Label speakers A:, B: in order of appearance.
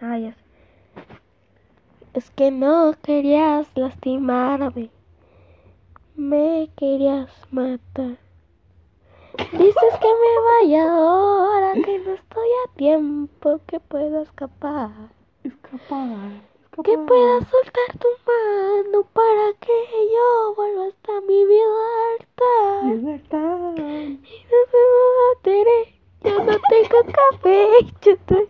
A: Hayas. Ah, Es que no querías lastimarme. Me querías matar. Dices que me vaya ahora, que no estoy a tiempo, que puedo escapar.
B: Escapar.
A: Que pueda soltar tu mano para que yo vuelva hasta mi vida alta.
B: Libertad.
A: Y no me mataré. Yo no tengo cabello.